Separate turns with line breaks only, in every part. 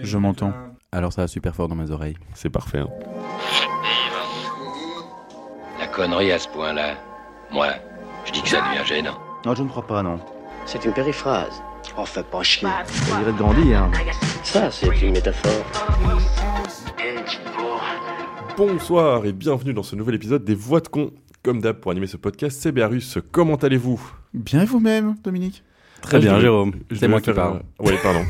Je m'entends. Alors ça va super fort dans mes oreilles.
C'est parfait. hein.
La connerie à ce point-là, moi, je dis que ça devient gênant.
Non, je ne crois pas, non.
C'est une périphrase. Enfin, pas chier.
Ça dirait de grandir. hein.
Ça, c'est une métaphore.
Bonsoir et bienvenue dans ce nouvel épisode des Voix de Con. Comme d'hab, pour animer ce podcast, c'est Béarus. Comment allez-vous
Bien vous-même, Dominique
Ah,
Très
je
bien,
devais-
Jérôme.
Je
C'est
devais
moi qui
faire,
parle.
euh, Ouais, pardon.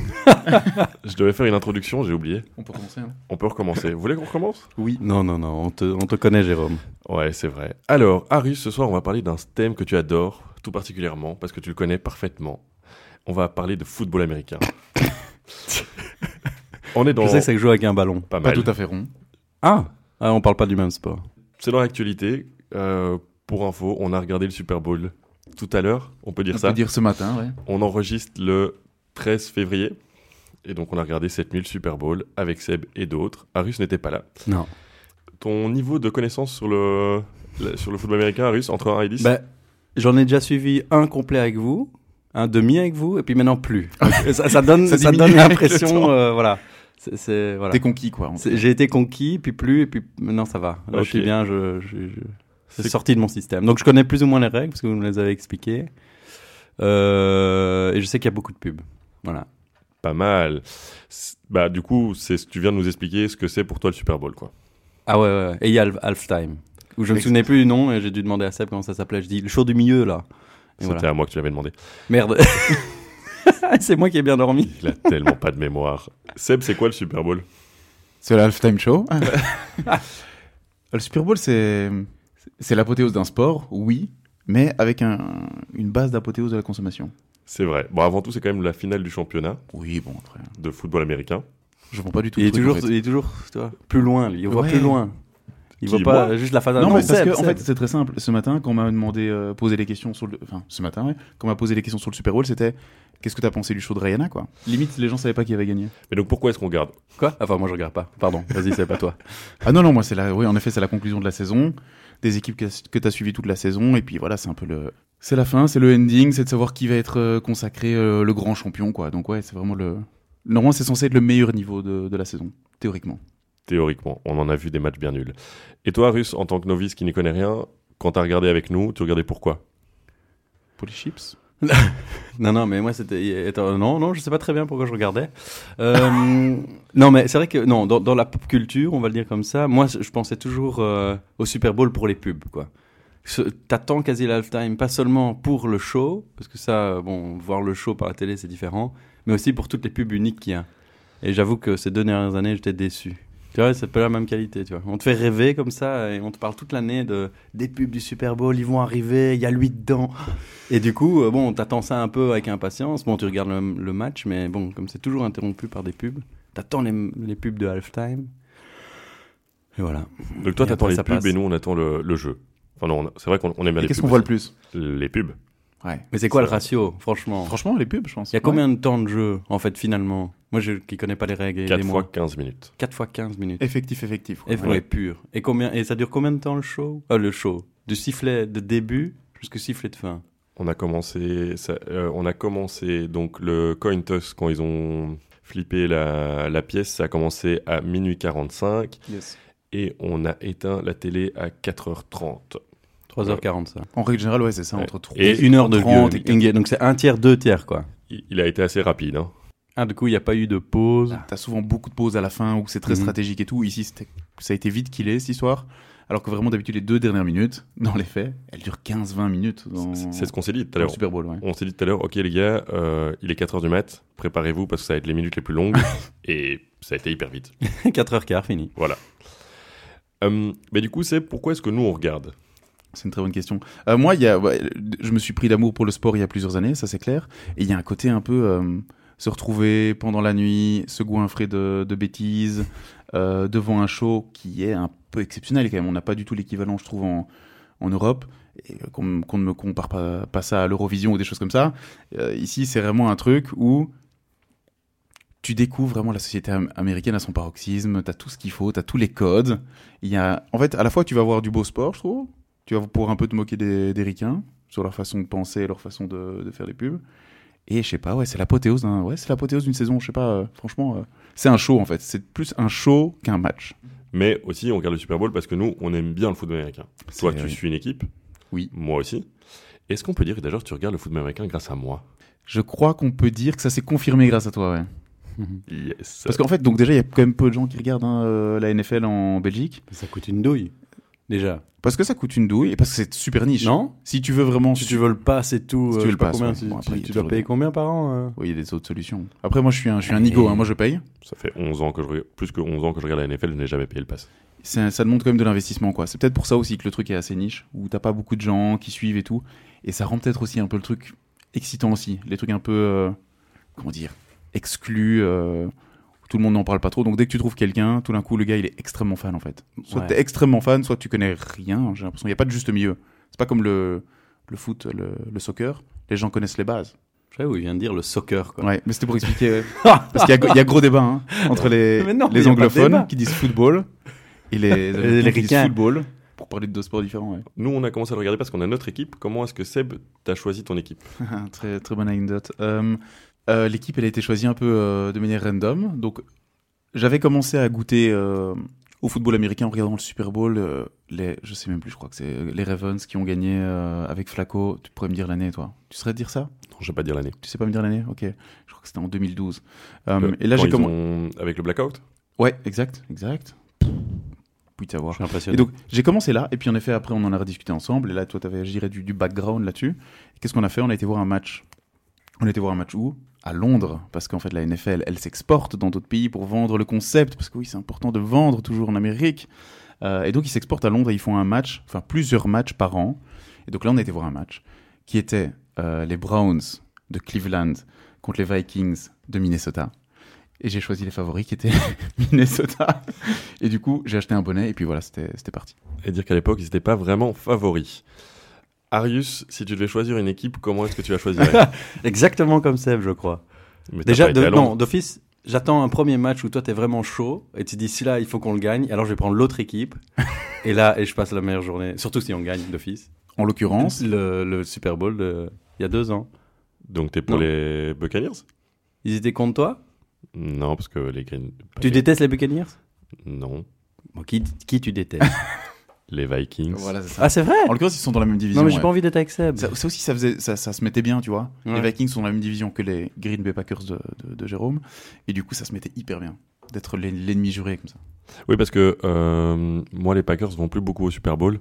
je devais faire une introduction, j'ai oublié.
On peut commencer. hein.
On peut recommencer. Vous voulez qu'on recommence
Oui. Non, non, non, on te, on te connaît, Jérôme.
Ouais, c'est vrai. Alors, Arus, ce soir, on va parler d'un thème que tu adores, tout particulièrement, parce que tu le connais parfaitement. On va parler de football américain. on est dans...
Je sais que ça joue avec un ballon.
Pas
pas mal.
tout à fait rond.
Ah, ah On parle pas du même sport.
C'est dans l'actualité. Euh, pour info, on a regardé le Super Bowl tout à l'heure. On peut dire
On
ça.
peut dire ce matin, ouais.
On enregistre le 13 février. Et donc, on a regardé cette nuit le Super Bowl avec Seb et d'autres. Arus n'était pas là.
Non.
Ton niveau de connaissance sur le, le- sur le football américain, Arus, entre 1 et 10
Bah, J'en ai déjà suivi un complet avec vous, un demi avec vous, et puis maintenant plus. Et ça, ça
Ah.
donne,
Ça
ça
diminue
donne
avec le temps.
l'impression, euh, voilà. C'est- c'est- voilà.
T'es conquis, quoi. en fait.
C'est- J'ai été conquis, puis plus, et puis maintenant ça va. Là,
Ok.
je suis bien, je, je- je-
C'est-
c'est sorti de mon système. Donc je connais plus ou moins les règles, parce que vous me les avez expliquées. Euh, et je sais qu'il y a beaucoup de pubs. Voilà.
Pas mal. C'est- Bah, du coup, c'est tu viens de nous expliquer ce que c'est pour toi le Super Bowl, quoi.
Ah ouais, ouais. ouais. Et il y a le halftime. Où je me souvenais plus du nom et j'ai dû demander à Seb comment ça s'appelait. Je dis le show du milieu là. Et
C'était
voilà.
à moi que tu l'avais demandé.
Merde. c'est moi qui ai bien dormi.
Il a tellement pas de mémoire. Seb, c'est quoi le Super Bowl
C'est le halftime show. le Super Bowl, c'est c'est l'apothéose d'un sport, oui, mais avec un- une base d'apothéose de la consommation.
C'est vrai. Bon, avant tout, c'est quand même la finale du championnat
Oui, bon, après,
de football américain.
je vends pas du tout.
Il
le
est
truc,
toujours,
en fait.
il est toujours tu vois, plus loin. lui. Il voit
Ouais.
plus loin. Il
Qui,
voit pas
moi
euh, juste la face
Non, mais
avant.
parce
Seb,
que en
Seb.
fait, c'est très simple. Ce matin, quand on m'a demandé, euh, posé les questions sur le, enfin, ce matin, ouais, quand on m'a posé les questions sur le Super Bowl, c'était qu'est-ce que t'as pensé du show de Rihanna, quoi. Limite, les gens savaient pas qui avait gagné.
Mais donc, pourquoi est-ce qu'on regarde
Quoi Enfin, moi je regarde pas. Pardon. Vas-y, c'est pas toi.
Ah non, non, moi, c'est la, oui, en effet, c'est la conclusion de la saison, des équipes que, que t'as suivies toute la saison, et puis voilà, c'est un peu le, c'est la fin, c'est le ending, c'est de savoir qui va être euh, consacré euh, le grand champion, quoi. Donc ouais, c'est vraiment le, normalement, c'est censé être le meilleur niveau de, de la saison, théoriquement.
Théoriquement, on en a vu des matchs bien nuls. Et toi, Arus, en tant que novice qui n'y connaît rien, quand t'as regardé avec nous, tu regardais pourquoi
Pour les chips.
Non, non, mais moi c'était. attends, Non, non, je sais pas très bien pourquoi je regardais. Euh, non, mais c'est vrai que non, dans, dans la pop culture, on va le dire comme ça, moi je pensais toujours euh, au Super Bowl pour les pubs, quoi. Ce- T'attends quasi la halftime, pas seulement pour le show, parce que ça, euh, bon, voir le show par la télé c'est différent, mais aussi pour toutes les pubs uniques qu'il y a. Et j'avoue que ces deux dernières années, j'étais déçu. Tu vois, c'est pas la même qualité, tu vois. On te fait rêver comme ça et on te parle toute l'année de des pubs du Super Bowl, ils vont arriver, il y a lui dedans. Et du coup, euh, bon, t'attends ça un peu avec impatience. Bon, tu regardes le, le match, mais bon, comme c'est toujours interrompu par des pubs, t'attends les, les pubs de halftime. Et voilà.
Donc, toi,
Et
t'attends
après,
les
ça
pubs
passe.
et nous, on attend le, le jeu. Enfin, non, on- c'est vrai qu'on on aime bien
Et
les
qu'est-ce
pubs.
qu'on voit le plus
Les pubs.
Ouais.
Mais c'est quoi
C'est
le
vrai.
ratio, franchement
Franchement, les pubs, je pense.
Il y a
Ouais.
combien de temps de jeu, en fait, finalement Moi, je qui connais pas les règles et
4
les
fois 15 minutes.
4 fois 15 minutes.
Effectif, effectif. quoi.
Et ouais, pur. Et, combien, et ça dure combien de temps le show Ah, Le show. Du sifflet de début jusqu'au sifflet de fin.
On a commencé, ça- euh, on a commencé donc le coin toss quand ils ont flippé la, la pièce, ça a commencé à minuit 45 et on a éteint la télé à 4h30.
3h40, ça.
En règle générale, ouais, c'est ça,
Ouais.
entre 3
Et
Et une heure de
30
gueule.
et
Une gueule. Donc c'est un tiers, deux tiers, quoi.
Il, il a été assez rapide. hein.
Ah, du coup, il n'y a pas eu de pause.
T'as souvent beaucoup de pauses à la fin où c'est très
Mhm.
stratégique et tout. Ici, c'était- ça a été vite qu'il est cette histoire. Alors que vraiment, d'habitude, les deux dernières minutes, dans les faits, elles durent 15-20 minutes dans,
C'est c'est ce qu'on s'est dit tout
dans
à
le
l'heure.
Super Bowl. Ouais.
On s'est dit tout à l'heure, ok les gars, euh, il est 4h du mat, préparez-vous parce que ça va être les minutes les plus longues et ça a été hyper vite.
Ah. 4h15, fini.
Hum, mais du coup, c'est pourquoi est-ce que nous on regarde
C'est une très bonne question. Euh, moi, il y a, ouais, je me suis pris d'amour pour le sport il y a plusieurs années, ça c'est clair. Et il y a un côté un peu euh, se retrouver pendant la nuit, se goinfrer de, de bêtises, euh, devant un show qui est un peu exceptionnel quand même. On n'a pas du tout l'équivalent, je trouve, en, en Europe. Et euh, qu'on me- qu'on ne me compare pas, pas ça à l'Eurovision ou des choses comme ça. Euh, ici, c'est vraiment un truc où tu découvres vraiment la société am- américaine à son paroxysme. Tu as tout ce qu'il faut, tu as tous les codes. Il y a, en fait, à la fois, tu vas voir du beau sport, je trouve. Tu vas pouvoir un peu te moquer des, des ricains sur leur façon de penser, leur façon de, de faire des pubs. Et je sais pas, ouais, c'est l'apothéose d'un- ouais, c'est l'apothéose d'une saison. Je sais pas, euh, franchement, euh, c'est un show en fait. C'est plus un show qu'un match.
Mais aussi, on regarde le Super Bowl parce que nous, on aime bien le football américain. Toi,
C'est- euh,
tu suis une équipe.
Oui.
Moi aussi. Est-ce qu'on peut dire que d'ailleurs tu regardes le football américain grâce à moi
Je crois qu'on peut dire que ça s'est confirmé grâce à toi, ouais.
Yes.
Parce qu'en fait, donc déjà, il y a quand même peu de gens qui regardent hein, euh, la NFL en Belgique.
Ça coûte une douille, déjà.
Parce que ça coûte une douille et parce que c'est super niche.
Non
Si tu veux vraiment.
Si tu veux le pass et tout,
Si
euh,
tu veux le
je sais pas
pass,
combien,
ouais.
tu,
Bon,
tu-
après, il y a
tu
toujours
dois payer
des-
combien par an euh
Oui, il y a des autres solutions. Après, moi, je suis un, je suis un nigo, hein, moi, je paye.
Ça fait 11 ans que je regarde- plus que 11 ans que je regarde la NFL, je n'ai jamais payé le pass.
Ça, ça demande quand même de l'investissement, quoi. C'est peut-être pour ça aussi que le truc est assez niche, où t'as pas beaucoup de gens qui suivent et tout. Et ça rend peut-être aussi un peu le truc excitant aussi. Les trucs un peu. euh, comment dire Exclus. euh, où tout le monde n'en parle pas trop. Donc dès que tu trouves quelqu'un, tout d'un coup, le gars, il est extrêmement fan, en fait. Soit
Ouais.
t'es extrêmement fan, soit tu connais rien. J'ai l'impression qu'il n'y a pas de juste milieu. C'est pas comme le, le foot, le, le soccer. Les gens connaissent les bases.
Je sais où il vient de dire le soccer, quoi.
Ouais, mais c'était pour expliquer. ouais. Parce qu'il y, a- il y a gros débat hein, entre les,
Mais non, mais il
les
y a pas de débat.
anglophones qui disent football et les
Les
américains qui disent
Ricains.
football pour parler de deux sports différents. ouais.
Nous, on a commencé à le regarder parce qu'on a notre équipe. Comment est-ce que Seb t'as choisi ton équipe
très, très bonne anecdote. Euh, euh, L'équipe, elle a été choisie un peu euh, de manière random. Donc, j'avais commencé à goûter euh, au football américain en regardant le Super Bowl. euh, les, je sais même plus, je crois que c'est euh, les Ravens qui ont gagné euh, avec Flacco. Tu pourrais me dire l'année, toi Tu serais de dire ça
Non, je vais pas dire l'année.
Tu sais pas me dire l'année Ok. Je crois que c'était en 2012. Euh,
Euh,
et là,
quand
j'ai
ils
commencé.
ont- Avec le blackout
Ouais, exact, exact. Puis t'as
Je
voir.
suis
Et
impressionné.
donc, j'ai commencé là, et puis en effet, après, on en a rediscuté ensemble. Et là, toi, t'avais, je dirais, du, du background là-dessus. Et Qu'est-ce qu'on a fait On a été voir un match. On a été voir un match où À Londres, parce qu'en fait, la NFL, elle s'exporte dans d'autres pays pour vendre le concept, parce que oui, c'est important de vendre toujours en Amérique. Euh, et donc, ils s'exportent à Londres et ils font un match, enfin plusieurs matchs par an. Et donc là, on a été voir un match qui était euh, les Browns de Cleveland contre les Vikings de Minnesota. Et j'ai choisi les favoris qui étaient Minnesota. Et du coup, j'ai acheté un bonnet et puis voilà, c'était c'était parti.
et dire qu'à l'époque, ils n'étaient pas vraiment favoris. Arius, si tu devais choisir une équipe, comment est-ce que tu la choisirais
Exactement comme Seb, je crois.
Mais t'as
Déjà,
pas été
de-
à Londres.
non, d'office, j'attends un premier match où toi t'es vraiment chaud et tu dis si là il faut qu'on le gagne, alors je vais prendre l'autre équipe. et là, et je passe la meilleure journée, surtout si on gagne d'office.
En l'occurrence,
Le, le Super Bowl de- il y a deux ans.
Donc, t'es pour
Non.
les Buccaneers
Ils étaient contre toi
Non, parce que les Green. pas
Tu
les-
détestes les Buccaneers
Non,
Bon, qui, qui tu détestes
les Vikings.
voilà, c'est ça.
Ah, c'est vrai
En l'occurrence, ils sont dans la même division.
Non, mais j'ai
ouais.
pas envie d'être avec Seb.
Ça, ça aussi, ça, faisait, ça, ça se mettait bien, tu vois.
Ouais.
Les Vikings sont dans la même division que les Green Bay Packers de, de- de Jérôme. Et du coup, ça se mettait hyper bien d'être l'en- l'ennemi juré comme ça.
Oui, parce que euh, moi, les Packers vont plus beaucoup au Super Bowl.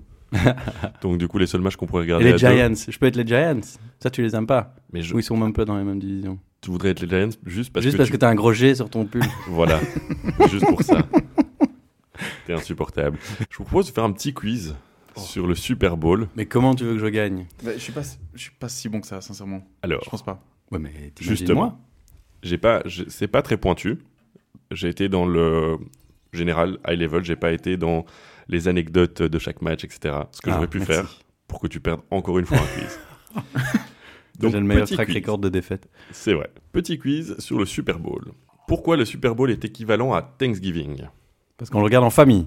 Donc, du coup, les seuls matchs qu'on pourrait
Et
regarder. à
les
deux-
Giants, je peux être les Giants. Ça, tu les aimes pas.
Mais je-
Ou ils sont même pas dans les mêmes divisions.
tu voudrais être les Giants juste parce
Juste
que.
parce que
tu-
t'as un gros G sur ton pull.
Voilà, juste pour ça. T'es insupportable. Je vous propose de faire un petit quiz
Oh.
sur le Super Bowl.
mais comment tu veux que je gagne
Bah, je, suis pas, je suis pas si bon que ça, sincèrement. Je
Alors,
pense pas.
Ouais, mais
Justement. j'ai pas, j'ai- c'est pas très pointu. J'ai été dans le général, high level. J'ai pas été dans les anecdotes de chaque match, etc. Ce que
Ah,
j'aurais pu
merci.
faire pour que tu perdes encore une fois un quiz.
J'ai le meilleur
petit
track
quiz.
record de défaite.
C'est vrai. Petit quiz sur le Super Bowl. Pourquoi le Super Bowl est équivalent à Thanksgiving
Parce qu'on le regarde en famille.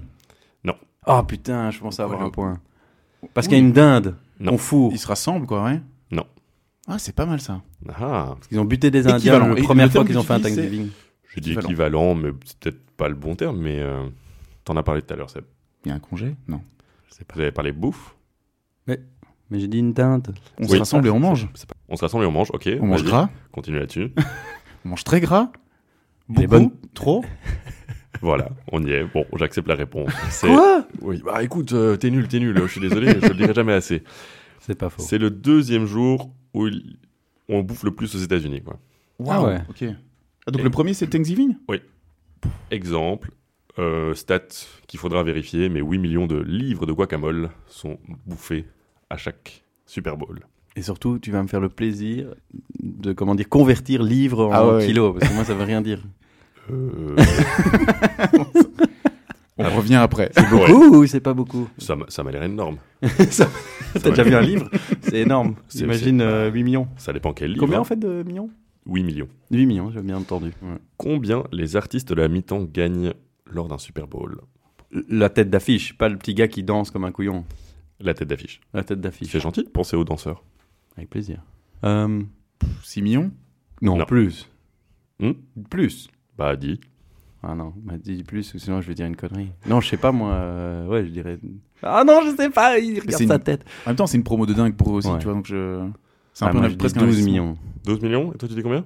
Non.
Ah putain, je pense à avoir
Pourquoi
un point. Parce qu'il y a une dinde.
Non.
On fourre.
Ils se rassemblent, quoi, ouais
Non.
Ah, c'est pas mal ça.
Ah,
Ils ont buté des
Équivalent.
Indiens
Et
la première
le
fois
terme
qu'ils ont fait un
que tu dis,
Thanksgiving.
je dis
Équivalent.
équivalent, mais c'est peut-être pas le bon terme, mais euh, t'en as parlé tout à l'heure, Seb.
Il y a un congé Non.
Vous avez parlé bouffe
Mais j'ai dit une dinde.
On se
Oui.
rassemble et on mange.
C'est pas- On se rassemble et on mange, ok.
On mange
vas-y,
gras.
Continue là-dessus.
On mange très gras. Beaucoup.
Les bonnes-
Trop.
voilà, on y est. Bon, j'accepte la réponse. C'est-
Quoi
Oui, bah écoute, euh, t'es nul, t'es nul, je suis désolé, je le dirai jamais assez.
C'est pas faux.
C'est le deuxième jour où il- on bouffe le plus aux États-Unis, quoi.
Waouh.
ouais.
Ok. Ah, donc le premier, c'est Thanksgiving
Ah Exemple, euh, stat qu'il faudra vérifier, mais 8 millions de livres de guacamole sont bouffés à chaque Super Bowl.
Et surtout, tu vas me faire le plaisir de comment dire convertir livre en
Ah ouais.
kilo parce que moi ça veut rien dire.
Euh,
On revient après.
ouais,
Beaucoup ou c'est pas beaucoup
ça m'a- ça m'a l'air énorme.
Ça- T'as
va
déjà
bien.
vu un livre C'est énorme.
C'est-
J'imagine
c'est pas-
8 millions.
Ça dépend quel livre.
Combien
hein.
en fait de millions
8 millions.
8 millions, j'ai bien entendu.
Combien les artistes de la mi-temps gagnent lors d'un Super Bowl
La tête d'affiche, pas le petit gars qui danse comme un couillon.
La tête d'affiche.
La tête d'affiche.
C'est gentil de penser aux danseurs.
Avec plaisir.
6 millions
Euh, Non,
Non.
plus.
Hmm
Plus.
Bah, dis.
Ah non, bah, dis plus, ou sinon je vais dire une connerie. Non, je sais pas, moi. euh, ouais, je dirais. Ah non, je sais pas, il regarde
c'est
sa
une-
tête.
En même temps, c'est une promo de dingue pour eux aussi,
Ouais.
tu vois. Donc je. C'est
Ah,
un peu
moi,
un-
je dis
presque un
12
investissement.
millions.
12 millions Et toi, tu dis combien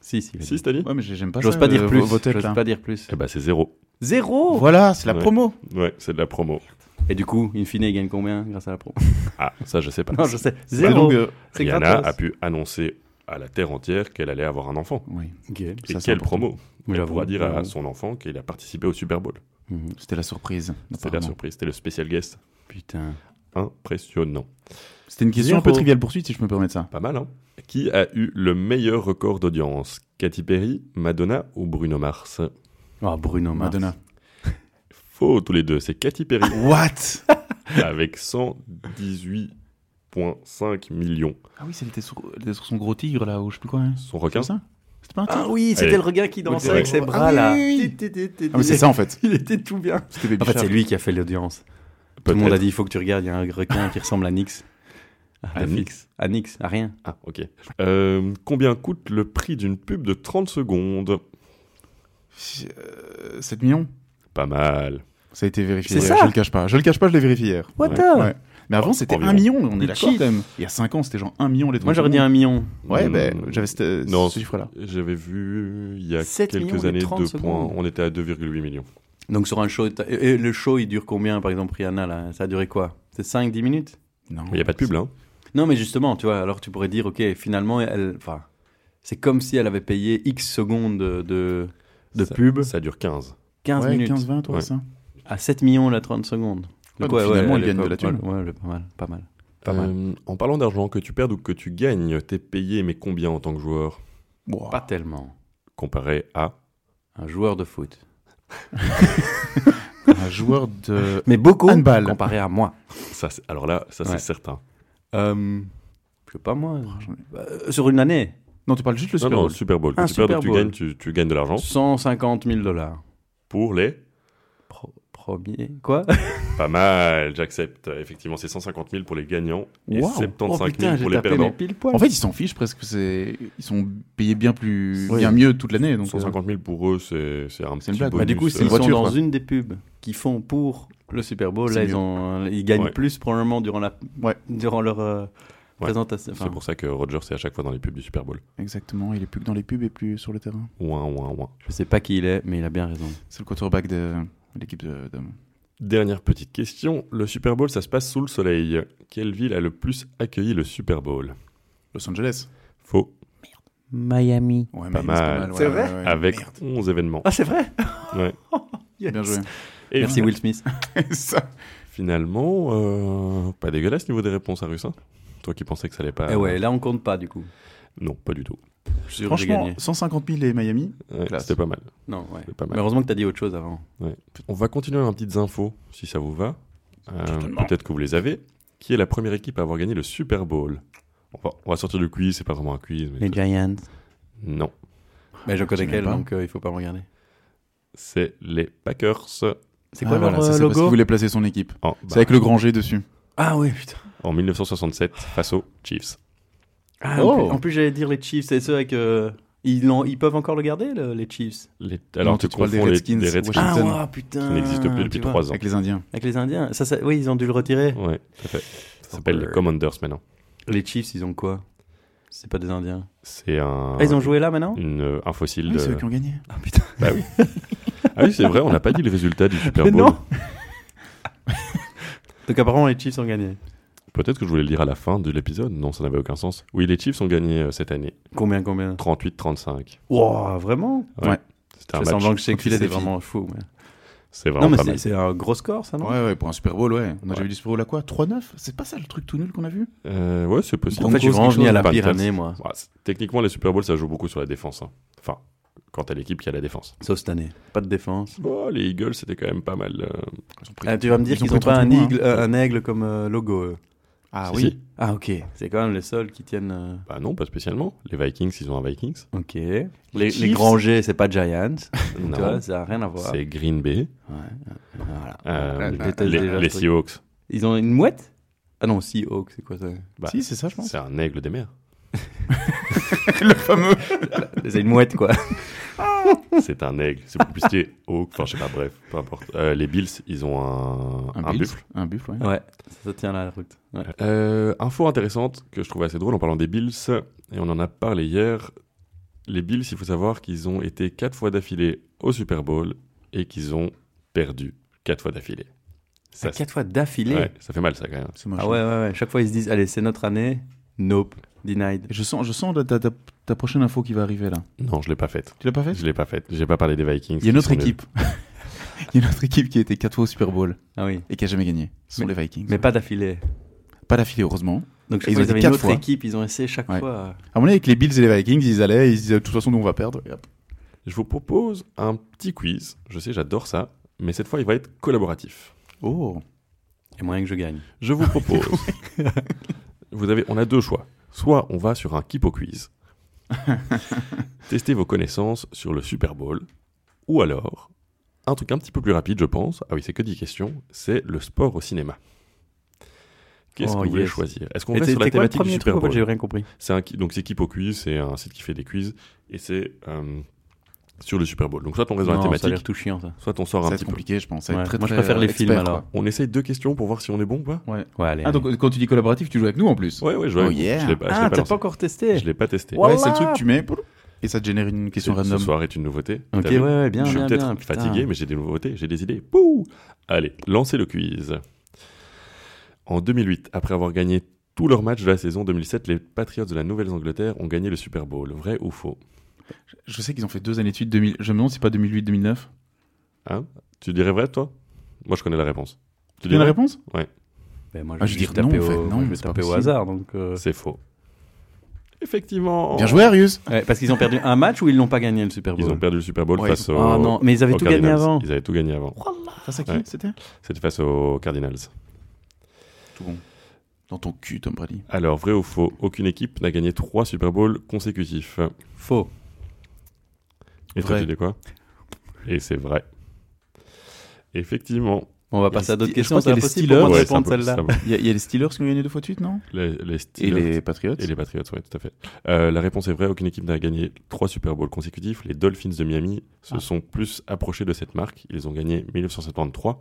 Si, si. vas-y.
6, t'as dit
Ouais, mais j'ai- j'aime pas
J'ose
ça,
pas dire
euh,
plus.
vos- vos têtes,
J'ose
là.
pas dire plus.
Eh bah, c'est zéro.
Zéro
Voilà, c'est la
Ouais.
promo.
Ouais, c'est de la promo.
Et du coup, in fine, il gagne combien grâce à la pro
Ah, ça, je sais pas.
Non, je sais.
Et
Zéro.
donc, euh,
C'est
Rihanna
gratos.
a pu annoncer à la terre entière qu'elle allait avoir un enfant.
oui,
Ok.
ça,
et
c'est
quelle
important.
promo
Oui,
Elle
j'avoue,
pourra dire à
j'avoue.
son enfant qu'il a participé au Super Bowl.
Mhm.
C'était la surprise.
C'était la
apparemment.
surprise, c'était le spécial guest.
Putain.
Impressionnant.
C'était une question un peu
Zéro.
triviale poursuite, si je peux me permettre ça.
Pas mal, hein Qui a eu le meilleur record d'audience Katy Perry, Madonna ou Bruno Mars
Ah, Bruno Mars.
Madonna.
Faux, tous les deux. C'est Katy Perry
What
avec 118,5 millions.
Ah oui, c'était sur, elle était sur son gros tigre là, ou je sais plus quoi. hein.
Son
C'est
requin
pas ça C'était pas un tigre
Ah oui,
Allez.
c'était le regard qui dansait
Ouais.
avec ses
Ah
bras
oui,
là.
oui, oui.
Ti, ti, ti, ti,
Ah, mais c'est
ti.
ça en fait.
Il était tout bien.
C'était Baby
En fait, c'est
Shark.
lui qui a fait l'audience. Tout
Peut-être.
le monde a dit il faut que tu regardes, il y a un requin qui ressemble à Nix.
À Nyx
Ah, À Nix, à rien.
Ah, ok. Euh, combien coûte le prix d'une pub de 30 secondes
Euh, 7 millions
Pas mal.
Ça Oh, a été vérifié.
C'est
hier,
ça
je le cache pas. Je le cache pas, je l'ai vérifié hier.
What
Ouais.
the
Ouais. Mais avant, c'était
Environ.
1 million, on est
Il
d'accord
cheat.
quand même. Il y a 5 ans, c'était genre 1 million les
Moi j'aurais dit
secondes.
un million.
Ouais,
Hmm.
ben j'avais cette- euh,
Non,
ce chiffre là.
J'avais vu il y a
7 millions
quelques
et
années
30
deux
secondes.
points. On était à 2,8 millions.
Donc sur un show, t'as- et et le show il dure combien par exemple Rihanna là Ça a duré quoi C'est 5-10 minutes
Non.
Mais il n'y a pas de pub là. hein.
Non mais justement, tu vois, alors tu pourrais dire ok, finalement elle. Enfin, c'est comme si elle avait payé X secondes de, de, de
Ça-
pub,
Ça dure 15.
15
ouais,
minutes.
15 20 toi
Ouais.
ça.
À 7 millions la 30 secondes.
Ouais, Ah, donc finalement, elle
est
gagne
pas-
de la thune.
Ouais, ouais, elle est pas mal, pas mal. Pas
Euh,
mal.
en parlant d'argent, que tu perdes ou que tu gagnes, t'es payé, mais combien en tant que joueur
Wow.
Pas tellement.
Comparé à.
Un joueur de foot.
Un joueur de
Mais beaucoup
Handball.
comparé à moi.
Ça, c'est- alors là, ça
Ouais.
c'est certain.
Euh, je sais pas moi.
Oh, Ah.
Euh, sur une année,
Non, tu parles juste le
non,
Super
non,
Bowl.
Super Bowl. Que
Un
tu perdes ou
Super
que tu
Bowl.
gagnes, tu, tu gagnes de l'argent
150 000 dollars.
pour les.
Pro- premier. Quoi
Pas mal, j'accepte. Effectivement, c'est 150 000 pour les gagnants et
Wow.
75
Oh
000
putain, j'ai
pour les
tapé mes
perdants.
pile poil.
En fait, ils s'en fichent presque. C'est ils sont payés bien plus,
Oui.
bien mieux toute l'année. Donc euh,
150 000 pour eux, c'est c'est un
C'est
petit
une blague.
bonus.
Bah,
du coup,
c'est une
s'ils
Euh,
sont
voiture,
dans
quoi.
une des pubs qu'ils font pour le Super Bowl,
C'est
là, ils,
mieux.
ont, ils gagnent
Ouais.
plus probablement durant, la,
Ouais.
durant leur euh, présentation. Enfin,
C'est pour ça que Roger, c'est à chaque fois dans les pubs du Super Bowl.
euh, exactement, il est plus que dans les pubs et plus sur le terrain.
Ouin, ouin, ouin.
Je sais pas qui il est, mais il a bien raison.
C'est le quarterback de l'équipe de d'hommes.
Dernière petite question. Le Super Bowl, ça se passe sous le soleil. Quelle ville a le plus accueilli le Super Bowl
Los Angeles.
Faux.
Miami.
Ouais,
Pas
mais
mal.
C'est
ouais,
vrai
ouais, ouais.
Avec
Merde.
11 événements.
Ah, c'est vrai
Bien joué.
Et
Merci
voilà.
Will Smith.
Ça.
Finalement, euh, pas dégueulasse niveau des réponses à Russin. Toi qui pensais que ça allait
Ah.
pas.
Et Eh ouais, là on compte pas du coup.
Non, pas du tout.
Je suis sûr que j'ai
Franchement,
gagné.
150 000 et Miami.
Ouais,
Classe.
C'était pas mal.
Non, ouais.
C'est pas mal.
Mais heureusement que t'as dit autre chose avant.
On va continuer dans petites infos, si ça vous va. Euh, Peut-être que vous les avez. Qui est la première équipe à avoir gagné le Super Bowl on va, on va sortir du quiz, c'est pas vraiment un quiz. Mais
Les Giants.
Non,
Mais je connais
sais
qu'elle,
pas.
donc euh, il faut pas me regarder.
c'est les Packers.
C'est quoi
Ah,
leur
voilà, ça,
euh,
c'est parce qu'il
logo
voulait placer son équipe.
En,
C'est avec le grand G dessus.
Ah ouais, putain.
en 1967 face aux Chiefs.
Ah,
Oh.
En plus, en plus, j'allais dire les Chiefs, c'est ceux avec. euh, ils, l'ont- ils peuvent encore le garder, le- les Chiefs
Les- alors
Non,
tu,
tu parles
confonds
des
les
Redskins,
des Redskins
Washington.
Ah, ouah, putain.
qui n'existent plus depuis
tu vois.
3 ans.
Avec les Indiens.
Avec les Indiens ça, ça- Oui, ils ont dû le retirer.
Ouais, tout à fait. Ça s'appelle les Commanders maintenant.
Les Chiefs, ils ont quoi C'est pas des Indiens.
C'est un,
Ah, ils ont joué là maintenant
une, euh, un
Ah,
fossile
oui,
de...
c'est eux qui ont gagné.
Ah putain.
Ah oui, c'est vrai, on n'a pas dit les résultats du Super
Mais
Bowl.
non Donc apparemment, les Chiefs ont gagné.
Peut-être que je voulais le dire à la fin de l'épisode. Non, ça n'avait aucun sens. Oui, les Chiefs ont gagné euh, cette année.
Combien, combien
38-35.
Wow, vraiment
C'était un
C'est
match.
semblant que je sais
Faut
que
qu'il a
c'est
des filles.
vraiment fou. mais-
C'est vraiment
Non, mais
pas
c'est-
mal.
c'est un gros score, ça, non
Ouais, ouais, pour un Super Bowl, ouais. On a
Ouais.
déjà vu du Super Bowl à quoi 3-9 C'est pas ça le truc tout nul qu'on a vu
Euh, ouais, c'est possible.
En fait, je suis
Broncos, quelque
vraiment venu à
chose,
la pire
Panthers.
année, moi.
Ouais, c'est- techniquement, les Super Bowls, ça joue beaucoup sur la défense. hein. Enfin, quand t'as l'équipe qui a la défense.
Sauf cette année. Pas de défense.
Oh, les Eagles, c'était quand même pas mal. euh,
Ils ont pris-
Ah, tu vas me dire
Ils ont
qu'ils ont
pris
pas un
38 mois,
aigle, euh, un aigle comme euh, logo. eux.
Ah
si,
oui.
si.
Ah ok, c'est quand même les seuls qui tiennent. euh,
Bah non, pas spécialement. Les Vikings, ils ont un Vikings.
Ok. Les, les
Chiefs.
grands G, c'est pas Giants. tu vois,
non,
ça n'a rien à voir.
c'est Green Bay.
Ouais. Voilà.
Euh,
Voilà, je
les-
déteste déjà
les,
ce
les
truc.
Seahawks,
Ils ont une mouette Ah non, Seahawk, c'est quoi ça
bah,
Si, c'est ça, je pense.
c'est un aigle des mers.
le fameux.
C'est une mouette, quoi.
C'est un aigle. C'est pour plus stylé. Oak, enfin, je sais pas, bref, peu importe. Euh, les Bills, ils ont un, un,
buff
buffle.
Un buffle, ouais.
Ouais, ça, ça tient la route. Ouais.
Euh, info intéressante que je trouvais assez drôle en parlant des Bills, et on en a parlé hier. Les Bills, il faut savoir qu'ils ont été quatre fois d'affilée au Super Bowl et qu'ils ont perdu quatre fois d'affilée. Ça,
quatre fois d'affilée.
ouais, ça fait mal, ça, quand même.
C'est moche.
Ah ouais, ouais, ouais. Chaque fois, ils se disent, allez, c'est notre année. Nope. Denied.
Je sens, je sens la- ta, ta- ta prochaine info qui va arriver là.
Non, je l'ai pas faite.
Tu l'as pas fait
Je l'ai pas faite. J'ai pas parlé des Vikings.
Il y a une
qui
autre
sont les-
équipe. Il y a une autre équipe qui a été 4 fois au Super Bowl
Ah oui.
et qui a jamais gagné. Ce sont les Vikings.
Mais pas d'affilée.
Pas d'affilée, heureusement.
Donc,
Ils
ils,
ont
ils
été
avaient une
quatre
autre
fois.
équipe, ils ont essayé chaque
Ouais.
fois. euh.
À mon avis, avec les Bills et les Vikings, ils allaient, ils se disaient de toute façon, nous on va perdre. Et hop.
Je vous propose un petit quiz. Je sais, j'adore ça, mais cette fois, il va être collaboratif.
Oh,
Il y a moyen que je gagne.
Je vous propose. vous avez, on a deux choix. Soit on va sur un Kipo quiz. Testez vos connaissances sur le Super Bowl. Ou alors, un truc un petit peu plus rapide, je pense. Ah oui, c'est que 10 questions. C'est le sport au cinéma. Qu'est-ce
Oh,
que vous voulez
yes.
choisir Est-ce qu'on
Et
reste
c'est
sur la
quoi le
thématique du
premier truc,
Super
en fait,
Bowl
J'ai rien compris.
C'est un qui- donc c'est Kipo Quiz, c'est un site qui fait des quiz et c'est euh, sur le Super Bowl. Donc soit on reste dans
Non,
la
ça a l'air
thématique,
tout chiant, ça.
soit on sort
ça
un
va
petit
être
peu.
compliqué, je pense. Ça va
Ouais.
être très,
Moi, je
très
préfère les films,
expert,
alors.
On essaye deux questions pour voir si on est bon ou pas.
quoi. Ouais.
Ouais, allez.
Ah, donc quand tu dis collaboratif, tu joues avec nous en plus
Ouais, ouais, je, vais-
Oh, yeah.
je l'ai pas, je l'ai
Ah,
pas
t'as
lancé.
pas encore testé
Je l'ai pas testé.
Ouais, c'est le truc, tu mets et ça te génère une question
Ce
random.
soir est une nouveauté.
Ok,
T'as
ouais,
vu
ouais, bien,
je suis
bien, bien,
peut-être
putain.
fatigué, mais j'ai des nouveautés, j'ai des idées. Pouh Allez, lancez le quiz. En 2008, après avoir gagné tous leurs matchs de la saison 2007, les Patriots de la Nouvelle-Angleterre ont gagné le Super Bowl. Vrai ou faux
Je sais qu'ils ont fait deux années de suite, 2000... je me demande si c'est pas 2008-2009.
Hein Tu dirais vrai, toi Moi, je connais la réponse.
Tu
Tu
as une
dirais
réponse
Ben, moi,
Ah, je
vais
vais
juste
dire non,
taper
en fait.
au-
Non,
moi, je vais
c'est pas
taper au
possible.
hasard. Donc, euh,
C'est faux. Effectivement.
Bien joué, Arius
ouais, parce qu'ils ont perdu un match ou ils l'ont pas gagné le Super
Ils
Bowl
ont perdu le Super Bowl
Ouais,
face
ils
aux.
Ah non, mais ils avaient
aux
tout gagné
Cardinals.
avant.
Ils avaient tout gagné avant.
Face à qui
Ouais.
c'était
C'était face aux Cardinals.
Tout bon. Dans ton cul, Tom Brady.
Alors, vrai ou faux Aucune équipe n'a gagné trois Super Bowls consécutifs.
Faux.
Et toi,
Vrai.
tu dis quoi Et c'est vrai. Effectivement.
On va
y a
passer à
les
d'autres
Ste- je
questions.
crois
C'est
qu'il y a les
impossible pour moi de
c'est un
répondre
peu-
celle-là.
c'est un peu-
Il y, a- il y a les Steelers qui ont gagné deux fois de suite, non
Les, les
Et
Steelers
les Patriots
et les Patriots, oui, tout à fait. Euh, la réponse est vraie, aucune équipe n'a gagné trois Super Bowls consécutifs. Les Dolphins de Miami se sont plus approchés de cette marque. Ils ont gagné 1973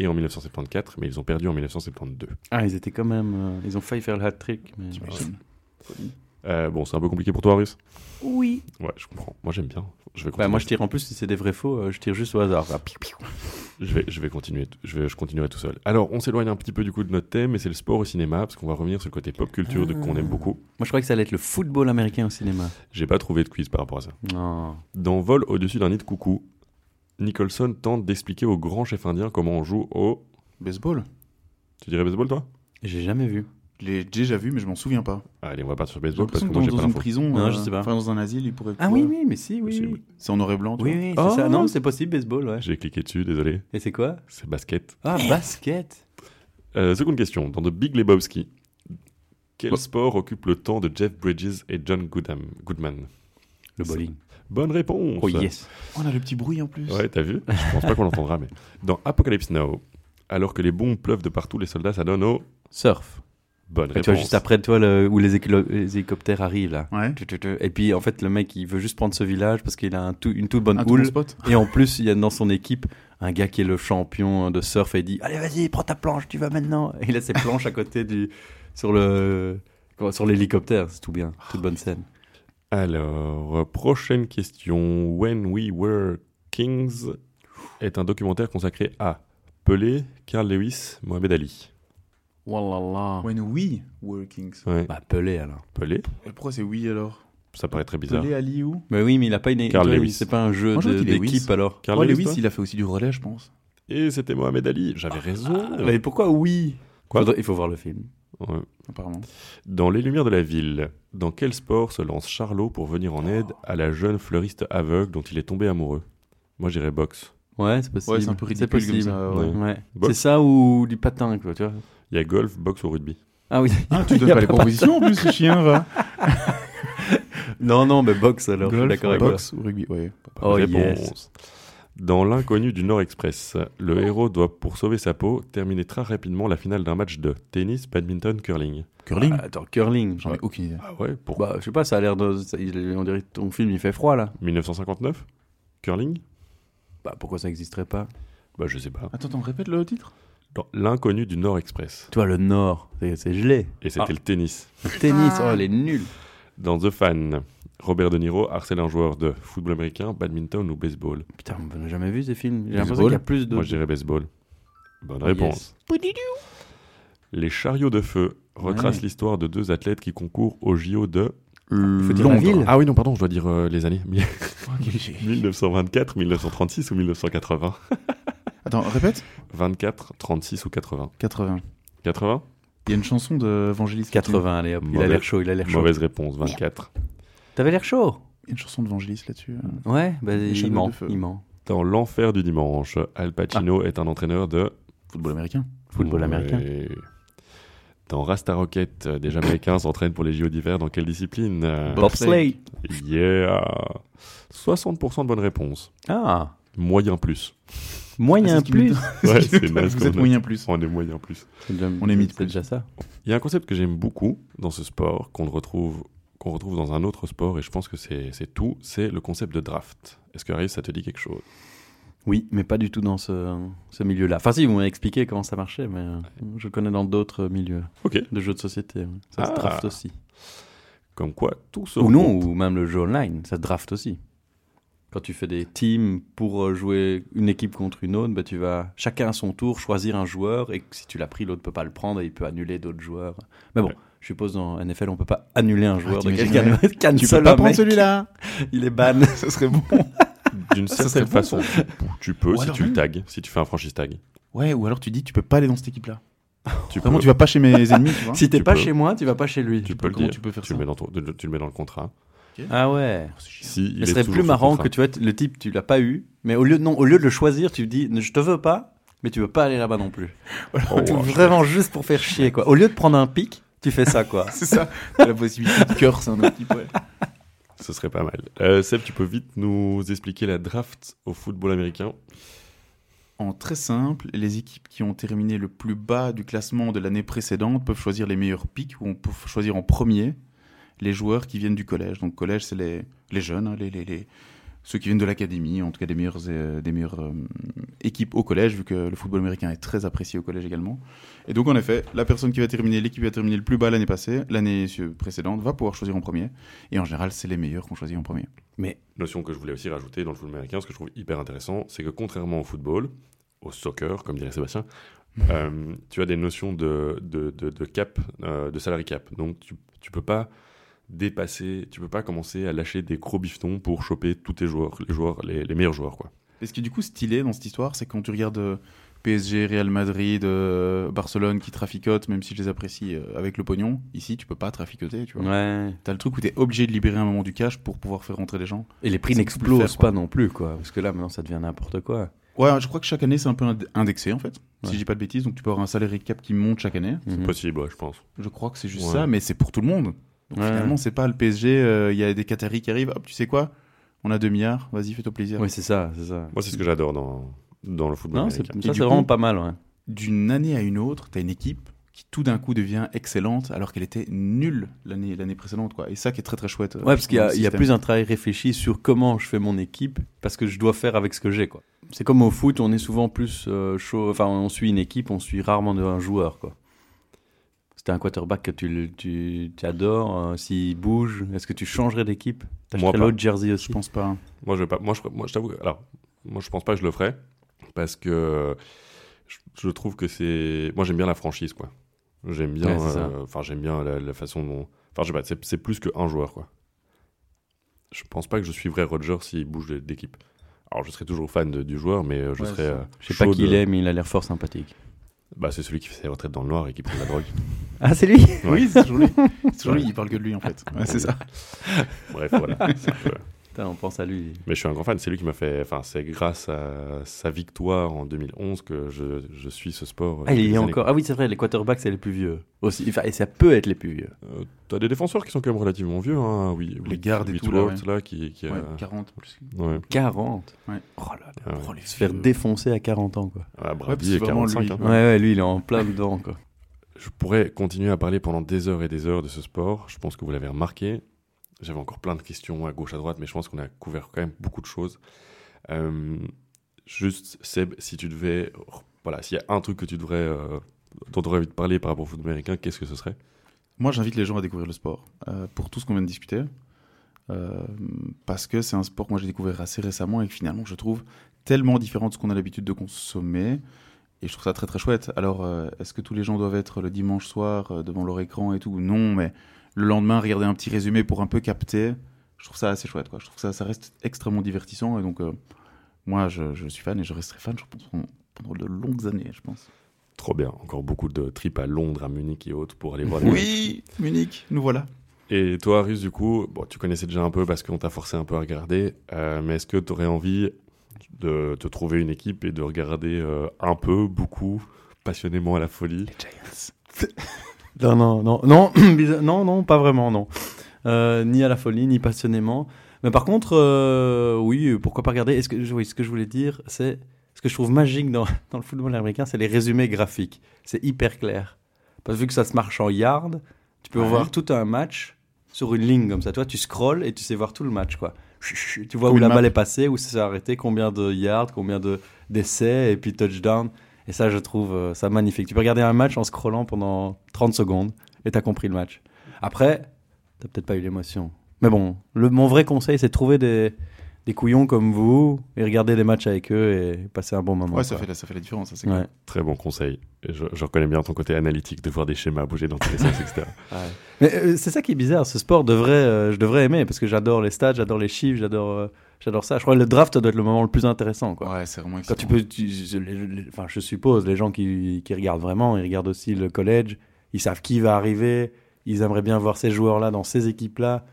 et en 1974, mais ils ont perdu en 1972.
Ah, ils étaient quand même. euh, ils ont failli faire le hat-trick. mais-
T'imagines
Euh, bon, c'est un peu compliqué pour toi, Arius
Oui.
Ouais, je comprends. Moi, j'aime bien. Je vais
Bah,
continuer.
moi, je tire en plus, si c'est des vrais faux, euh, je tire juste au hasard. Ah, piou, piou.
Je vais, je vais continuer, t- je, vais, je continuerai tout seul. Alors, on s'éloigne un petit peu du coup de notre thème, mais c'est le sport au cinéma, parce qu'on va revenir sur le côté pop culture de-
Ah.
qu'on aime beaucoup.
Moi, je croyais que ça allait être le football américain au cinéma.
J'ai pas trouvé de quiz par rapport à ça.
Non.
Dans Vol au-dessus d'un nid de coucou, Nicholson tente d'expliquer au grand chef indien comment on joue au.
Baseball
Tu dirais baseball, toi
J'ai jamais vu.
Je l'ai déjà vu, mais je m'en souviens pas.
Allez, on va partir sur
J'ai
baseball parce
l'impression que
que
dans,
moi j'ai
dans
pas
une
l'info.
prison,
Non,
euh,
je sais pas.
enfin dans un asile, il pourrait.
Ah oui, oui, mais si, oui.
Possible.
Oui,
C'est en noir et blanc, tu
oui,
vois.
oui, c'est
Oh.
ça. Non, c'est possible, baseball, ouais.
J'ai cliqué dessus, désolé.
Et c'est quoi
C'est basket.
Ah, basket
Euh, seconde question. Dans The Big Lebowski, quel
Bah.
sport occupe le temps de Jeff Bridges et John Goodham- Goodman
Le bowling.
Bonne réponse
Oh, yes.
Oh, On a le petit bruit en plus.
Ouais, t'as vu Je pense pas qu'on l'entendra, mais. Dans Apocalypse Now, alors que les bombes pleuvent de partout, les soldats s'adonnent aux
Surf.
bonnes
Et
réponses.
tu vois, juste après, toi, le- où les, hélo- les hélicoptères arrivent, là.
Ouais.
Tu- tu- tu- Et puis, en fait, le mec, il veut juste prendre ce village parce qu'il a un tout- une toute bonne
Un tout bon
houle.
spot.
Et en plus, il y a dans son équipe un gars qui est le champion de surf et il dit Allez, vas-y, prends ta planche, tu vas maintenant. Et il a ses planches à côté du. sur le. quoi, sur l'hélicoptère, c'est tout bien, toute bonne scène.
Alors, euh, prochaine question. When We Were Kings est un documentaire consacré à Pelé, Carl Lewis, Mohamed Ali.
Wallah.
When we were kings.
Ouais.
Bah, Pelé alors.
Pelé
Et pourquoi c'est oui alors
Ça paraît très bizarre.
Pelé, Ali ou
Mais oui, mais il a pas une.
Carl
toi,
Lewis.
C'est pas un jeu
Moi, je
de-
crois qu'il est
d'équipe
Lewis.
alors.
Carl
Oh,
Lewis,
Lewis,
toi
il a fait aussi du relais, je pense.
Et c'était Mohamed Ali. J'avais raison.
Ah, Mais pourquoi oui
Quoi
Faudrait- Il faut voir le film.
Ouais.
Apparemment.
Dans Les Lumières de la Ville, dans quel sport se lance Charlot pour venir en aide à la jeune fleuriste aveugle dont il est tombé amoureux Moi, j'irais boxe.
Ouais, c'est possible.
Ouais, c'est un peu ridicule
possible.
comme ça. ouais.
Ouais.
Ouais.
Boxe.
C'est ça ou du patin, quoi, tu vois.
Il y a golf, boxe ou rugby.
Ah oui.
Ah, tu
Il
donnes
y a
pas les
pas-
propositions en plus, le chien va.
Non, non, mais boxe alors, je suis
Golf,
d'accord avec toi.
boxe ou rugby. Ouais.
Bonne
Oh,
réponse.
yes.
Dans L'inconnu du Nord Express, le héros doit, pour sauver sa peau, terminer très rapidement la finale d'un match de tennis, badminton, curling.
Curling
Ah, Attends, curling.
J'en ai aucune idée.
Ah ouais, pour
Bah, je sais pas, ça a l'air de. ça- il- on dirait que ton film il fait froid là.
1959 Curling
Bah, pourquoi ça existerait pas
Bah je sais pas.
Attends, attends, répète le titre
Dans L'inconnu du Nord Express.
Toi, le Nord, c'est c'est gelé.
Et c'était
Ah.
le tennis.
Le tennis, oh, elle est nulle.
Dans The Fan, Robert De Niro harcèle un joueur de football américain, badminton ou baseball.
Putain, on n'a jamais vu ces films. J'ai
Les
l'impression qu'il y a
balls.
plus de.
Moi je dirais baseball. Bonne
Oh, Yes.
réponse. Les chariots de feu
Mm.
retracent
Ouais.
l'histoire de deux athlètes qui concourent au JO de
Faut dire la
Londres.
ville.
Ah oui, non, pardon, je dois dire euh, les années.
Ok.
1924, 1936 ou 1980
Attends, répète
24, 36 ou 80
80.
80
Il y a une chanson de Vangelis Lépine.
80, allez hop. Il a
Mauvaise-
l'air chaud, il a l'air chaud.
Mauvaise réponse, 24.
T'avais l'air chaud
Il y a une chanson de Vangelis là-dessus. euh.
Ouais, bah,
chariots
il
de
ment,
feu.
il ment.
Dans L'Enfer du Dimanche, Al Pacino est un entraîneur de
Football américain.
Ah. Football
Ouais.
américain.
Dans Rasta Rocket, euh, des Jamaïcains s'entraînent pour les JO d'hiver dans quelle discipline Euh,
Bobsleigh.
Yeah 60% de bonnes réponses.
Ah,
Moyen plus.
Ah, c'est
moyen
ce qui me
plus.
donne-
Ouais,
ce qui me
c'est
donne-
naze
Vous
comme
êtes
note.
moyen plus.
On est moyen plus.
On est mis
C'est déjà ça.
Il y a un concept que j'aime beaucoup dans ce sport, qu'on le retrouve, qu'on retrouve dans un autre sport, et je pense que c'est c'est tout, c'est le concept de draft. Est-ce que Harry, ça te dit quelque chose
Oui, mais pas du tout dans ce, ce milieu-là. Enfin, si, vous m'avez expliqué comment ça marchait, mais euh, je le connais dans d'autres milieux
Ok.
de jeux de société. ouais. Ça se
Ah.
draft aussi.
Comme quoi, tout se
Ou non,
regroupe.
ou même le jeu online, ça se draft aussi. Quand tu fais des teams pour euh, jouer une équipe contre une autre, bah, tu vas chacun à son tour choisir un joueur et que si tu l'as pris, l'autre peut pas le prendre et il peut annuler d'autres joueurs. Mais bon,
Ouais. Ah,
je suppose dans NFL, on peut pas annuler un joueur de
t'imagines,
quelqu'un. Cancel
Tu peux
un
pas prendre
mec,
celui-là
Il est ban.
Ça serait bon.
D'une
Ça serait
certaine
bon,
façon, tu, tu peux,
Ou
si
alors
tu
même.
tags, si tu fais un franchise tag,
Ouais, ou alors tu dis, tu peux pas aller dans cette équipe-là.
tu
Vraiment,
peux,
tu vas pas chez mes ennemis, tu vois.
si t'es
tu
pas
peux.
chez moi, tu vas pas chez lui.
tu peux le
Comment
dire,
tu peux faire
tu
ça
le mets dans ton- tu le mets dans le contrat.
Oh,
Ah ouais.
Si, il
Ce
est
serait
toujours
plus
sous
marrant
contrat.
que tu vois le type tu l'as pas eu, mais au lieu de non, au lieu de le choisir, tu dis je te veux pas, mais tu veux pas aller là-bas non plus.
Oh,
Tout
wow,
vraiment juste pour faire chier quoi. Au lieu de prendre un pic, tu fais ça quoi.
C'est ça. T'as la possibilité de curse un autre type, ouais.
Ce serait pas mal. Euh, Seb, tu peux vite nous expliquer la draft au football américain
En très simple, les équipes qui ont terminé le plus bas du classement de l'année précédente peuvent choisir les meilleurs pics ou on peut choisir en premier les joueurs qui viennent du collège. Donc collège, c'est les, les jeunes, hein, les, les- les- ceux qui viennent de l'académie, en tout cas des meilleures, euh, des meilleures euh, équipes au collège, vu que le football américain est très apprécié au collège également. Et donc en effet, la personne qui va terminer, l'équipe qui va terminer le plus bas l'année passée, l'année précédente, va pouvoir choisir en premier. Et en général, c'est les meilleurs qu'on choisit en premier.
Notion que je voulais aussi rajouter dans le football américain, ce que je trouve hyper intéressant, c'est que contrairement au football, au soccer, comme dirait Sébastien,
Mhm.
euh, tu as des notions de, de, de- de cap, euh, de salary cap. Donc tu, tu peux pas dépasser, tu peux pas commencer à lâcher des gros bifetons pour choper tous tes joueurs, les, joueurs, les, les meilleurs joueurs. quoi.
Et ce qui est du coup stylé dans cette histoire, c'est quand tu regardes euh, PSG, Real Madrid, euh, Barcelone qui traficotent, même si je les apprécie euh, avec le pognon, ici tu peux pas traficoter, tu vois.
Ouais.
T'as le truc où t'es obligé de libérer un moment du cash pour pouvoir faire rentrer les gens.
Et les prix
C'est plus
n'explosent
faire, quoi.
pas non plus quoi, parce que là maintenant ça devient n'importe quoi.
Ouais, je crois que chaque année c'est un peu ind- indexé en fait,
Ouais.
si je dis pas de bêtises, donc tu peux avoir un salarié cap qui monte chaque année.
Mhm.
Possible, ouais, je pense.
Je crois que c'est juste
Ouais.
ça, mais c'est pour tout le monde. Donc
Ouais.
finalement, c'est pas le PSG, euh, il y a des Qataris qui arrivent, hop, tu sais quoi on a 2 milliards, vas-y, fais-toi plaisir.
Oui c'est ça, c'est ça.
Moi, c'est ce que j'adore dans, dans le football
Non, c'est-
américain.
ça c'est
du coup-
vraiment pas mal ouais.
d'une année à une autre, tu as une équipe qui tout d'un coup devient excellente alors qu'elle était nulle l'année l'année précédente quoi. Et ça qui est très très chouette. euh,
Ouais, parce qu'il y a,
Dans le
il y a
système.
plus un travail réfléchi sur comment je fais mon équipe, parce que je dois faire avec ce que j'ai, quoi. C'est comme au foot, on est souvent plus euh, chaud, enfin, on suit une équipe, on suit rarement de- un joueur, quoi. C'était un quarterback que tu, le- tu, tu adores, euh, s'il bouge, est-ce que tu changerais d'équipe
Moi,
T'achèterais
pas.
l'autre jersey aussi
je pense pas. hein.
Moi, je vais pas. Moi, je, moi, je t'avoue. que- Alors, moi, je pense pas que je le ferais parce que je, je trouve que c'est. Moi, j'aime bien la franchise, quoi. J'aime bien.
Ouais, c'est ça.
euh, Enfin, j'aime bien la, la façon dont. Enfin, je sais pas. C'est, c'est plus qu'un joueur, quoi. Je pense pas que je suivrais Roger s'il bouge de- d'équipe. Alors, je serais toujours fan de- du joueur, mais euh, je
Ouais,
serais.
c'est-
euh,
Je sais pas
chaud
qui
de-
il est, mais il a l'air fort sympathique.
Bah, c'est celui qui fait ses retraites dans le noir et qui prend de la drogue.
Ah, c'est lui
Ouais.
Oui, c'est toujours lui. C'est toujours lui, il parle que de lui en fait. Ouais, c'est ça.
Bref, voilà. C'est un peu-
Putain, on pense à lui.
Mais je suis un grand fan. C'est lui qui m'a fait. Enfin, c'est grâce à sa victoire en 2011 que je, je suis ce sport. euh,
Ah, il
depuis
y
des
a
années,
encore.
quoi.
Ah oui, c'est vrai, les quarterbacks, c'est les plus vieux. Aussi. Enfin, et ça peut être les plus vieux.
Euh, T'as des défenseurs qui sont quand même relativement vieux. Hein. Oui,
Les gardes et tout, là,
Whitworth, là, qui. qui a-
Ouais, 40 plus.
ouais.
40.
Ouais.
Oh là
Ah
là.
ouais.
oh, les se faire défoncer à 40 ans, quoi.
Ah,
Ouais, parce que
Brady est
c'est vraiment
45.
lui.
hein.
Ouais, ouais, lui, il est en plein dedans, quoi.
Je pourrais continuer à parler pendant des heures et des heures de ce sport. Je pense que vous l'avez remarqué. J'avais encore plein de questions à gauche, à droite, mais je pense qu'on a couvert quand même beaucoup de choses. Euh, juste, Seb, si tu devais. Voilà, s'il y a un truc que tu devrais. euh, dont tu aurais envie de parler par rapport au foot américain, qu'est-ce que ce serait
Moi, j'invite les gens à découvrir le sport euh, pour tout ce qu'on vient de discuter. Euh, parce que c'est un sport que moi j'ai découvert assez récemment et que finalement je trouve tellement différent de ce qu'on a l'habitude de consommer. Et je trouve ça très très chouette. Alors, euh, est-ce que tous les gens doivent être le dimanche soir euh, devant leur écran et tout Non, mais le lendemain, regarder un petit résumé pour un peu capter, je trouve ça assez chouette. Quoi. Je trouve ça, ça reste extrêmement divertissant. Et donc, euh, moi, je, je suis fan et je resterai fan, je pense, pendant- pendant de longues années, je pense.
Trop bien. Encore beaucoup de trips à Londres, à Munich et autres pour aller voir les
Oui, Munich, nous voilà.
Et toi, Rus, du coup, bon, tu connaissais déjà un peu parce qu'on t'a forcé un peu à regarder, euh, mais est-ce que tu aurais envie de te trouver une équipe et de regarder euh, un peu, beaucoup, passionnément à la folie
Non, non, non, non, bizarre- non, non, pas vraiment, non. Euh, ni à la folie, ni passionnément. Mais par contre, euh, oui, pourquoi pas regarder Est-ce que, je- oui, ce que je voulais dire, c'est ce que je trouve magique dans, dans le football américain, c'est les résumés graphiques. C'est hyper clair. Parce que vu que ça se marche en yards, tu peux
Ouais.
voir tout un match sur une ligne comme ça. Toi, tu scrolls et tu sais voir tout le match, quoi. Chut, chut, Tu vois
Comme
où
une
la
map.
balle est passée, où ça s'est arrêté, combien de yards, combien de d'essais, et puis touchdown. Et ça, je trouve euh, ça magnifique. Tu peux regarder un match en scrollant pendant 30 secondes et t'as compris le match. Après, t'as peut-être pas eu l'émotion. Mais bon, le, mon vrai conseil, c'est de trouver des, des couillons comme vous et regarder des matchs avec eux et passer un bon moment.
Ouais, ça
quoi.
fait, la- ça fait la différence, ça, c'est
Ouais.
clair.
Très bon conseil. Et Je, je reconnais bien ton côté analytique de voir des schémas bouger dans tous les sens, etc.
Mais euh, c'est ça qui est bizarre. Ce sport devrait, euh, je devrais aimer parce que j'adore les stades, j'adore les chiffres, j'adore, euh, j'adore ça. Je crois que le draft doit être le moment le plus intéressant, quoi.
Ouais, c'est vraiment
Quand
excellent.
tu peux, tu- je- les- les- enfin, je suppose, les gens qui, qui regardent vraiment, ils regardent aussi le collège, ils savent qui va arriver, ils aimeraient bien voir ces joueurs-là dans ces équipes-là,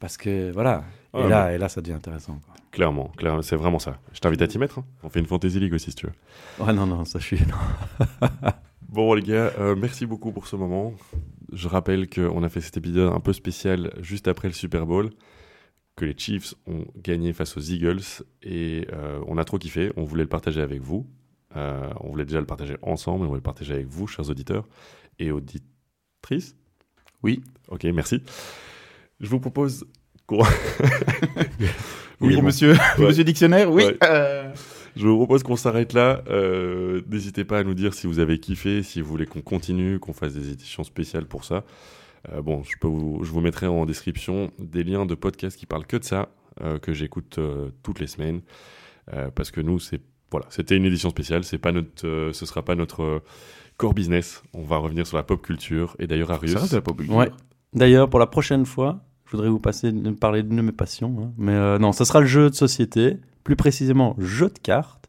parce que voilà. Et,
Ouais,
là, et là, ça devient intéressant.
Clairement, clairement, c'est vraiment ça. Je t'invite à t'y mettre. hein. On fait une Fantasy League aussi, si tu veux.
Ouais, non, non, ça, je suis.
Bon les gars, euh, merci beaucoup pour ce moment. Je rappelle qu'on a fait cet épisode un peu spécial juste après le Super Bowl, que les Chiefs ont gagné face aux Eagles et euh, on a trop kiffé, on voulait le partager avec vous. Euh, on voulait déjà le partager ensemble, mais on voulait le partager avec vous, chers auditeurs et auditrices.
Oui.
Ok, merci. Je vous propose... qu'on-
Oui,
bon.
monsieur,
Ouais.
monsieur dictionnaire, oui.
Ouais.
Euh,
Je vous propose qu'on s'arrête là. Euh, N'hésitez pas à nous dire si vous avez kiffé, si vous voulez qu'on continue, qu'on fasse des éditions spéciales pour ça. Euh, bon, je, peux vous, je vous mettrai en description des liens de podcasts qui parlent que de ça, euh, que j'écoute euh, toutes les semaines. Euh, parce que nous, c'est voilà, c'était une édition spéciale. C'est pas notre, euh, ce sera pas notre euh, core business. On va revenir sur la pop culture. Et d'ailleurs, Arius,
Ça reste de la pop culture.
Ouais. D'ailleurs, pour la prochaine fois, je voudrais vous passer, nous parler d'une de mes passions. hein. Mais euh, non, ça sera le jeu de société, plus précisément jeu de cartes.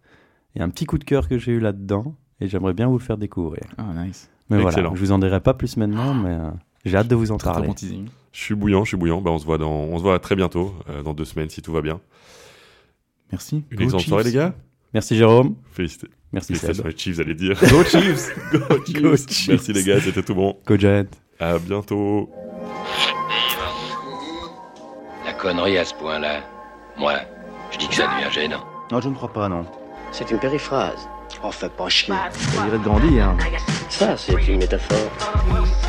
Il y a un petit coup de cœur que j'ai eu là-dedans et j'aimerais bien vous le faire découvrir.
Ah, nice.
Mais
Excellent.
voilà, je vous en dirai pas plus maintenant, mais euh, j'ai hâte de vous en
Très, très
parler.
bon teasing.
je suis bouillant, je suis bouillant. Bah, on se voit dans, on se voit très bientôt, euh, dans deux semaines si tout va bien.
Merci.
Une
Go
excellente
Chiefs.
soirée les gars.
Merci Jérôme,
Félicitations,
merci Seb.
félicitations les Chiefs, allez dire.
Go Chiefs
Go Chiefs.
Merci les gars, c'était tout bon.
Go Giants.
À bientôt.
La connerie à ce point-là, moi, je dis que ça devient gênant.
Non, je ne crois pas, non.
C'est une périphrase. Oh, fais pas chier.
Ça dirait de grandir, hein.
Ça, c'est une métaphore.
We'll see.